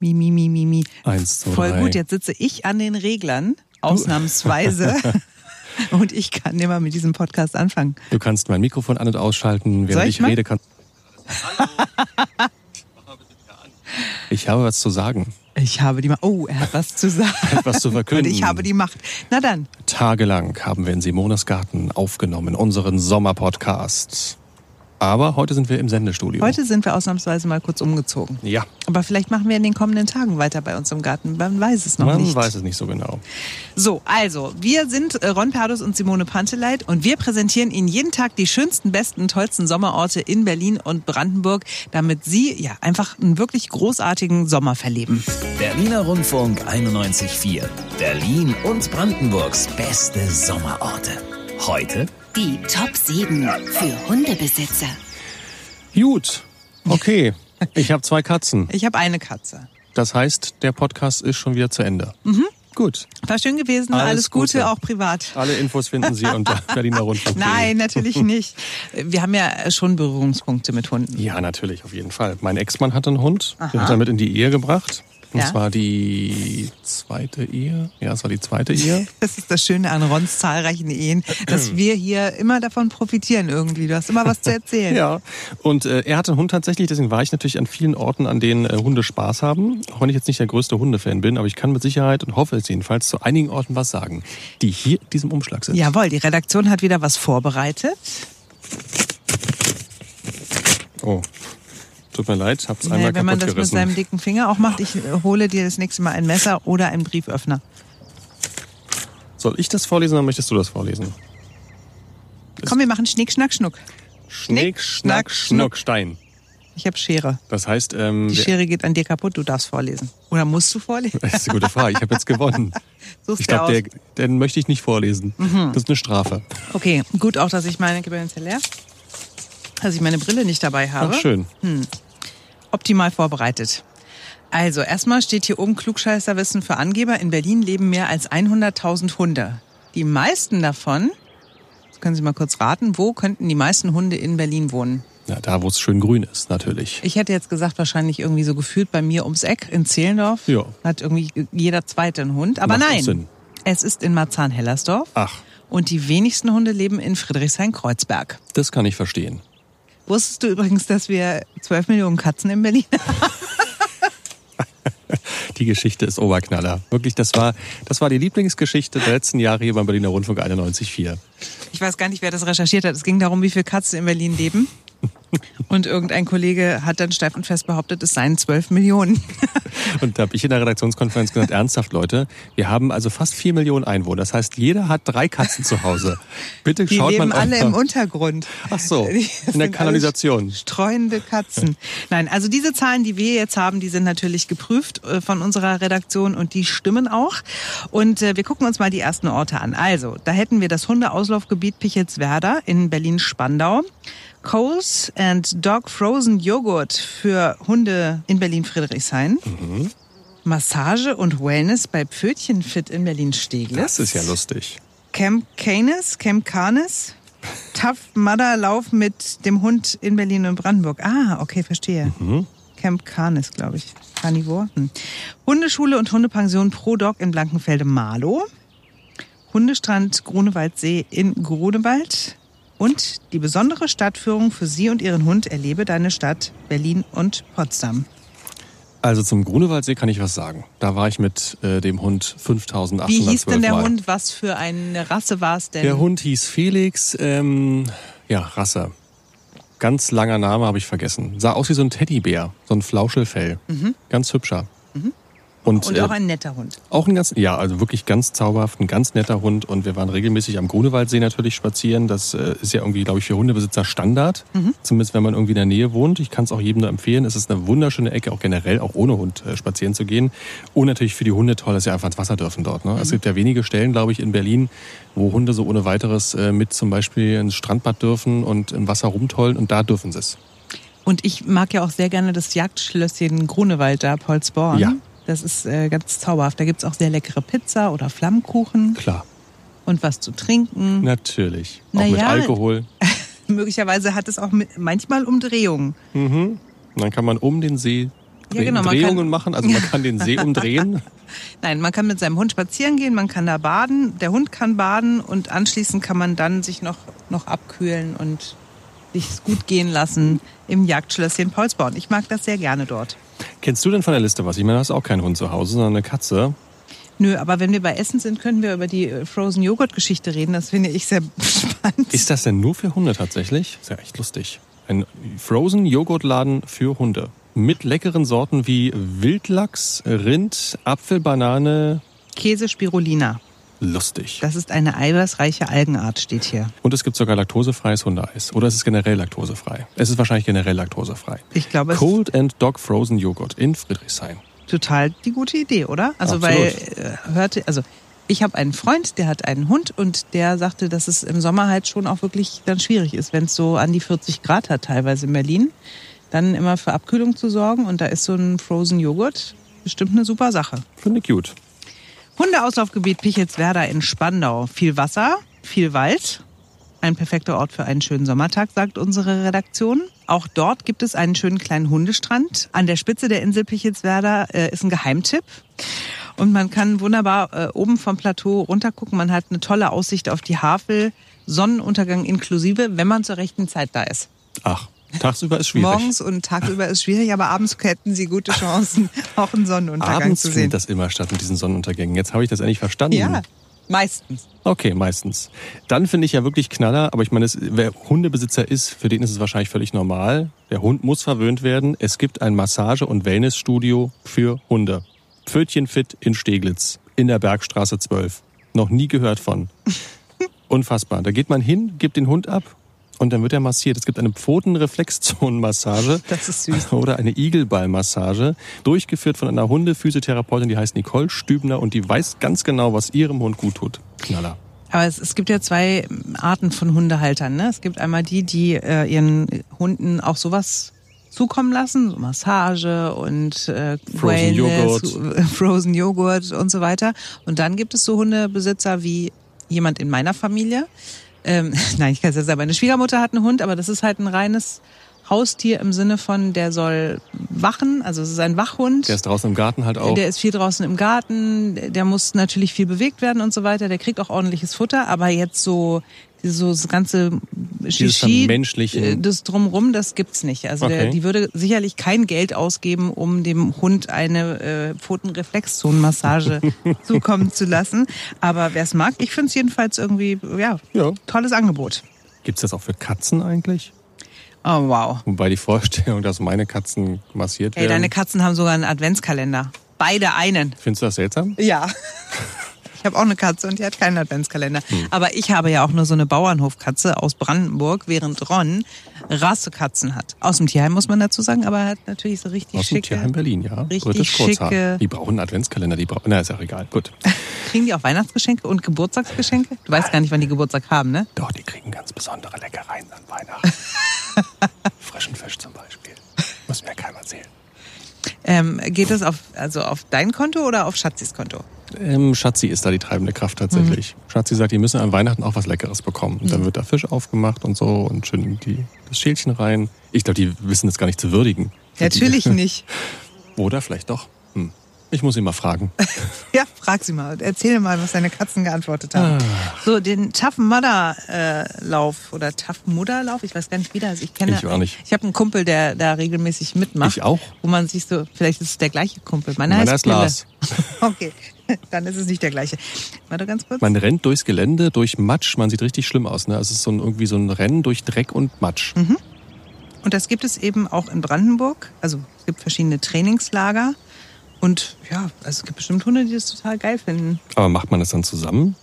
Mi, mi, mi, mi, mi. Eins, zwei, Voll drei. gut, jetzt sitze ich an den Reglern, ausnahmsweise. und ich kann immer mit diesem Podcast anfangen. Du kannst mein Mikrofon an- und ausschalten. Während Soll ich ich, mal? rede, kannst Ich habe was zu sagen, Ich habe die Macht. Oh, er hat was zu sagen. etwas zu verkünden. Und ich habe die Macht. Na dann, Tagelang haben wir in Simonas Garten aufgenommen, unseren Sommerpodcast. Aber heute sind wir im Sendestudio. heute sind wir ausnahmsweise mal kurz umgezogen. Ja, Aber vielleicht machen wir in den kommenden Tagen weiter bei uns im Garten. Man weiß es noch man nicht. weiß es nicht so genau. So, also, wir sind äh, Ron Perdus und Simone Panteleit und wir präsentieren Ihnen jeden Tag die schönsten, besten, tollsten Sommerorte in Berlin und Brandenburg, damit Sie ja einfach einen wirklich großartigen Sommer verleben. Berliner Rundfunk 91.4. Berlin und Brandenburgs beste Sommerorte. Heute Die Top 7 für Hundebesitzer. Gut, okay. Ich habe zwei Katzen. Ich habe eine Katze. Das heißt, der Podcast ist schon wieder zu Ende. Mhm. Gut. War schön gewesen, alles, Alles Gute, Gute. auch privat. Alle Infos finden Sie unter Berliner Rundfunk. Nein, natürlich nicht. Wir haben ja schon Berührungspunkte mit Hunden. Ja, natürlich, auf jeden Fall. Mein Ex-Mann hatte einen Hund, den hat er mit in die Ehe gebracht. Und Ja. zwar die zweite Ehe. Ja, es war die zweite Ehe. Das ist das Schöne an Rons zahlreichen Ehen, dass wir hier immer davon profitieren irgendwie. Du hast immer was zu erzählen. Ja, und äh, er hatte einen Hund tatsächlich, deswegen war ich natürlich an vielen Orten, an denen äh, Hunde Spaß haben. Auch wenn ich jetzt nicht der größte Hundefan bin, aber ich kann mit Sicherheit und hoffe es jedenfalls zu einigen Orten was sagen, die hier in diesem Umschlag sind. Jawohl, die Redaktion hat wieder was vorbereitet. Oh, tut mir leid, hab's Naja, einmal Äh, wenn man kaputt das mit gerissen. seinem dicken Finger auch macht, ich äh, hole dir das nächste Mal ein Messer oder einen Brieföffner. Soll ich das vorlesen oder möchtest du das vorlesen? Komm, wir machen Schnick, Schnack, Schnuck. Schnick, Schnack, Schnuck, Stein. Ich habe Schere. Das heißt, ähm, Die wir- Schere geht an dir kaputt, du darfst vorlesen. Oder musst du vorlesen? das ist eine gute Frage. Ich habe jetzt gewonnen. Such's Ich dir aus. Mhm. glaube, den möchte ich nicht vorlesen. Das ist eine Strafe. Okay, gut auch, dass ich meine Brille leer, dass ich meine Brille nicht dabei habe. Ach, schön. Optimal vorbereitet. Also, erstmal steht hier oben Klugscheißerwissen für Angeber. In Berlin leben mehr als 100.000 Hunde. Die meisten davon, jetzt können Sie mal kurz raten, wo könnten die meisten Hunde in Berlin wohnen? Ja, da, wo es schön grün ist, natürlich. Ich hätte jetzt gesagt, wahrscheinlich irgendwie so gefühlt bei mir ums Eck in Zehlendorf. Ja. Hat irgendwie jeder zweite einen Hund. Aber Macht auch nein, Sinn. es ist in Marzahn-Hellersdorf. Ach, Und die wenigsten Hunde leben in Friedrichshain-Kreuzberg. das kann ich verstehen. Wusstest du übrigens, dass wir 12 Millionen Katzen in Berlin haben? Die Geschichte ist Oberknaller. Wirklich, das war, das war die Lieblingsgeschichte der letzten Jahre hier beim Berliner Rundfunk 91.4. Ich weiß gar nicht, wer das recherchiert hat. Es ging darum, wie viele Katzen in Berlin leben. Und irgendein Kollege hat dann steif und fest behauptet, es seien 12 Millionen. Und da habe ich in der Redaktionskonferenz gesagt, ernsthaft, Leute, wir haben also fast vier Millionen Einwohner. Das heißt, jeder hat drei Katzen zu Hause. Bitte Die schaut leben mal alle einfach- im Untergrund. Ach so, Die in sind der alle Kanalisation. Streuende Katzen. Nein, also diese Zahlen, die wir jetzt haben, die sind natürlich geprüft äh, von unserer Redaktion und die stimmen auch. Und äh, wir gucken uns mal die ersten Orte an. Also, da hätten wir das Hundeauslaufgebiet Pichelswerder in Berlin-Spandau. Coles and Dog Frozen Joghurt für Hunde in Berlin-Friedrichshain. Mhm. Massage und Wellness bei Pfötchenfit in Berlin-Steglitz. Das ist ja lustig. Camp Canis, Camp Canis. Tough Mudder Lauf mit dem Hund in Berlin und Brandenburg. Ah, okay, verstehe. Mhm. Camp Canis, glaube ich. Carnivore. Hm. Hundeschule und Hundepension Pro Dog in Blankenfelde-Marlow. Hundestrand Grunewaldsee in Grunewald. Und die besondere Stadtführung für Sie und Ihren Hund erlebe deine Stadt Berlin und Potsdam. Also zum Grunewaldsee kann ich was sagen. Da war ich mit äh, dem Hund 5812 Wie hieß denn der Mal. Hund? Was für eine Rasse war es denn? Der Hund hieß Felix, ähm, ja, Rasse. Ganz langer Name habe ich vergessen. Sah aus wie so ein Teddybär, so ein Flauschelfell. Ganz hübscher. Und, Mhm. und äh, auch ein netter Hund. auch ein ganz, ja, also wirklich ganz zauberhaft, ein ganz netter Hund. Und wir waren regelmäßig am Grunewaldsee natürlich spazieren. Das äh, ist ja irgendwie, glaube ich, für Hundebesitzer Standard. Mhm. Zumindest wenn man irgendwie in der Nähe wohnt. Ich kann es auch jedem nur empfehlen. Es ist eine wunderschöne Ecke, auch generell, auch ohne Hund äh, spazieren zu gehen. Und natürlich für die Hunde toll, dass sie einfach ins Wasser dürfen dort. Ne? Es Mhm. gibt ja wenige Stellen, glaube ich, in Berlin, wo Hunde so ohne weiteres äh, mit zum Beispiel ins Strandbad dürfen und im Wasser rumtollen. Und da dürfen sie es. Und ich mag ja auch sehr gerne das Jagdschlösschen Grunewald da, Polsborn. Ja. Das ist äh, ganz zauberhaft. Da gibt's auch sehr leckere Pizza oder Flammkuchen Klar, und was zu trinken. natürlich. Auch Na mit ja. Alkohol. Möglicherweise hat es auch mit, manchmal Umdrehungen. Und dann kann man um den See Ja, genau, man Drehungen kann- machen. Also man kann den See umdrehen. Nein, man kann mit seinem Hund spazieren gehen, man kann da baden, der Hund kann baden und anschließend kann man dann sich noch, noch abkühlen und sich's gut gehen lassen im Jagdschlösschen Paulsborn. Ich mag das sehr gerne dort. Kennst du denn von der Liste was? Ich meine, du hast auch keinen Hund zu Hause, sondern eine Katze. Nö, aber wenn wir bei Essen sind, können wir über die äh, Frozen Joghurt Geschichte reden. Das finde ich sehr spannend. Ist das denn nur für Hunde tatsächlich? Ist ja echt lustig. Ein Frozen Joghurtladen für Hunde. Mit leckeren Sorten wie Wildlachs, Rind, Apfel, Banane. Käse Spirulina. Lustig. Das ist eine eiweißreiche Algenart, steht hier. Und es gibt sogar laktosefreies Hundeeis. Oder es ist generell laktosefrei. Es ist wahrscheinlich generell laktosefrei. Ich glaube, es- Cold and Dog Frozen Joghurt in Friedrichshain. total die gute Idee, oder? Also Absolut. weil äh, hörte, also ich habe einen Freund, der hat einen Hund und der sagte, dass es im Sommer halt schon auch wirklich dann schwierig ist, wenn es so an die 40 Grad hat, teilweise in Berlin, dann immer für Abkühlung zu sorgen und da ist so ein Frozen Joghurt bestimmt eine super Sache. Finde ich cute. Hundeauslaufgebiet Pichelswerder in Spandau. Viel Wasser, viel Wald. Ein perfekter Ort für einen schönen Sommertag, sagt unsere Redaktion. Auch dort gibt es einen schönen kleinen Hundestrand. An der Spitze der Insel Pichelswerder äh, ist ein Geheimtipp. Und man kann wunderbar äh, oben vom Plateau runtergucken. Man hat eine tolle Aussicht auf die Havel. Sonnenuntergang inklusive, wenn man zur rechten Zeit da ist. Ach, tagsüber ist schwierig. Morgens und tagüber ist schwierig, aber abends hätten sie gute Chancen, auch einen Sonnenuntergang Abends zu sehen. findet das immer statt mit diesen Sonnenuntergängen. Jetzt habe ich das endlich verstanden. ja, meistens. Okay, meistens. Dann finde ich ja wirklich Knaller, aber ich meine, es- wer Hundebesitzer ist, für den ist es wahrscheinlich völlig normal. Der Hund muss verwöhnt werden. Es gibt ein Massage- und Wellnessstudio für Hunde. Pfötchenfit in Steglitz, in der Bergstraße 12. Noch nie gehört von. Unfassbar. Da geht man hin, gibt den Hund ab und dann wird er massiert. Es gibt eine Pfotenreflexzonenmassage. Das ist süß. Oder eine Igelballmassage. Durchgeführt von einer Hundephysiotherapeutin, die heißt Nicole Stübner und die weiß ganz genau, was ihrem Hund gut tut. Knaller. Aber es, es gibt ja zwei Arten von Hundehaltern. Ne? Es gibt einmal die, die äh, ihren Hunden auch sowas zukommen lassen, so Massage und äh, Frozen Wellness, Joghurt. äh, Frozen Joghurt und so weiter. Und dann gibt es so Hundebesitzer wie jemand in meiner Familie. Ähm, nein, ich kann es ja sagen, meine Schwiegermutter hat einen Hund, aber das ist halt ein reines Haustier im Sinne von, der soll wachen, also es ist ein Wachhund. Der ist draußen im Garten halt auch. Der ist viel draußen im Garten, der muss natürlich viel bewegt werden und so weiter, der kriegt auch ordentliches Futter, aber jetzt so so das ganze Shishi, Vermenschlichen. äh, das drumrum, das gibt's nicht. Also der, Okay. die würde sicherlich kein Geld ausgeben, um dem Hund eine äh, Pfotenreflexzonenmassage zukommen zu lassen. Aber wer es mag, ich finde es jedenfalls irgendwie ja, Ja. tolles Angebot. Gibt's das auch für Katzen eigentlich? Oh wow. Wobei die Vorstellung, dass meine Katzen massiert Ey, deine werden. Katzen haben sogar einen Adventskalender. Beide einen. Findest du das seltsam? Ja. Ich habe auch eine Katze und die hat keinen Adventskalender. Hm. Aber ich habe ja auch nur so eine Bauernhofkatze aus Brandenburg, während Ron Rassekatzen hat. Aus dem Tierheim muss man dazu sagen, aber er hat natürlich so richtig Aus dem schicke. Tierheim Berlin, ja. Richtig Britisch Kurzhaar. schicke. Die brauchen einen Adventskalender, die brauchen. Na, ist ja auch egal. Gut. Kriegen die auch Weihnachtsgeschenke und Geburtstagsgeschenke? Du weißt gar nicht, wann die Geburtstag haben, ne? Doch, die kriegen ganz besondere Leckereien an Weihnachten. Frischen Fisch zum Beispiel. Muss mir keiner erzählen. Ähm, geht das auf, also auf dein Konto oder auf Schatzis Konto? Ähm, Schatzi ist da die treibende Kraft tatsächlich. Mhm. Schatzi sagt, die müssen an Weihnachten auch was Leckeres bekommen. Und dann wird da Fisch aufgemacht und so und schön die, das Schälchen rein. Ich glaube, die wissen das gar nicht zu würdigen. Für die- Natürlich nicht. Oder vielleicht doch. Hm. Ich muss ihn mal fragen. Ja, frag sie mal und erzähl mal, was deine Katzen geantwortet haben. Ah. So, den Tough Mudder äh, Lauf oder Tough Mudder Lauf, ich weiß gar nicht, wie das ist. Ich kenne Ich auch nicht. Ich habe einen Kumpel, der da regelmäßig mitmacht. Ich auch. Wo man sich so, vielleicht ist es der gleiche Kumpel. Meiner, Meiner heißt ist Lars. Pille. Okay, dann ist es nicht der gleiche. Warte ganz kurz. Man rennt durchs Gelände, durch Matsch. Man sieht richtig schlimm aus. Ne? Es ist so ein, irgendwie so ein Rennen durch Dreck und Matsch. Mhm. Und das gibt es eben auch in Brandenburg. Also es gibt verschiedene Trainingslager. Und ja, also es gibt bestimmt Hunde, die das total geil finden. Aber macht man das dann zusammen?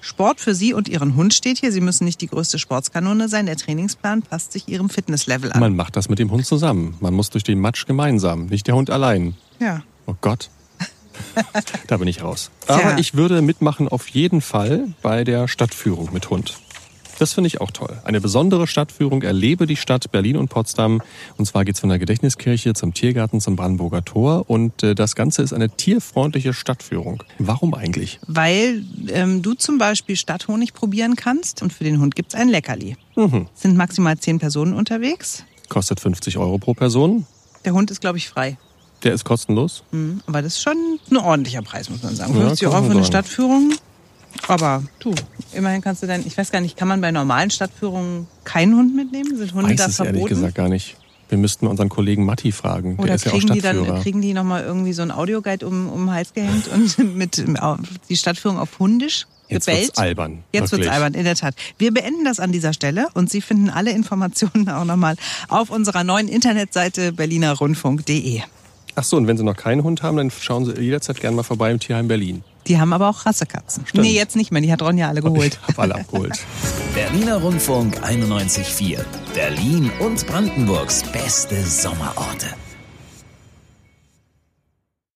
Sport für Sie und Ihren Hund steht hier. Sie müssen nicht die größte Sportskanone sein. Der Trainingsplan passt sich Ihrem Fitnesslevel an. Man macht das mit dem Hund zusammen. Man muss durch den Matsch gemeinsam, nicht der Hund allein. Ja. Oh Gott. da bin ich raus. Tja. Aber ich würde mitmachen auf jeden Fall bei der Stadtführung mit Hund. Das finde ich auch toll. Eine besondere Stadtführung erlebe die Stadt Berlin und Potsdam. Und zwar geht's von der Gedächtniskirche zum Tiergarten zum Brandenburger Tor. Und äh, das Ganze ist eine tierfreundliche Stadtführung. Warum eigentlich? Weil ähm, du zum Beispiel Stadthonig probieren kannst und für den Hund gibt's ein Leckerli. Mhm. Sind maximal zehn Personen unterwegs. Kostet 50 Euro pro Person. Der Hund ist, glaube ich, frei. Mhm. Der ist kostenlos. Aber das ist schon ein ordentlicher Preis, muss man sagen. Ja, 50 kann Euro man für eine sagen. Stadtführung. Aber du, immerhin kannst du dann, ich weiß gar nicht, kann man bei normalen Stadtführungen keinen Hund mitnehmen? Sind Hunde Weiß da es verboten? ehrlich gesagt gar nicht. Wir müssten mal unseren Kollegen Matti fragen. Der Oder ist ja auch kriegen die Stadtführer. dann kriegen die nochmal irgendwie so einen Audioguide um, um den Hals gehängt und mit ähm, auf die Stadtführung auf Hundisch Jetzt gebellt? wird's albern, Jetzt wird's wirklich. albern, in der Tat. Wir beenden das an dieser Stelle und Sie finden alle Informationen auch nochmal auf unserer neuen Internetseite berlinerrundfunk.de. Ach so, und wenn Sie noch keinen Hund haben, dann schauen Sie jederzeit gerne mal vorbei im Tierheim Berlin. Die haben aber auch Rassekatzen. Stimmt. Nee, jetzt nicht mehr, die hat Ronja alle geholt. Ich hab alle abgeholt. Berliner Rundfunk 91.4. Berlin und Brandenburgs beste Sommerorte.